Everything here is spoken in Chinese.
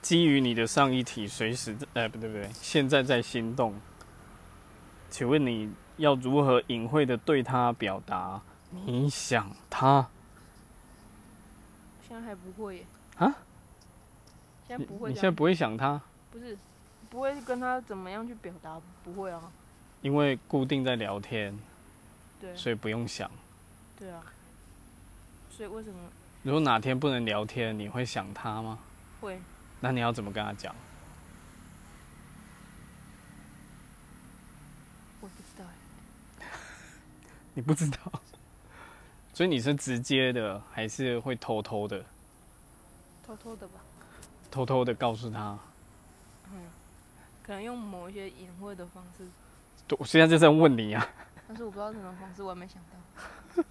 基于你的上一题，随时哎、不对不对，现在在心动。请问你要如何隐晦的对他表达你想他？现在还不会耶。啊？现在你不会你这现在样，不会想他，不是不会跟他怎么样去表达，不会啊。因为固定在聊天，对啊所以不用想。对啊。所以为什么如果哪天不能聊天，你会想他吗？会？那你要怎么跟他讲？我也不知道哎。你不知道， 所以你是直接的，还是会偷偷的、偷偷的吧，偷偷的告诉他？可能用某一些隐晦的方式，我现在就在问你啊，但是我不知道什么方式，我还没想到。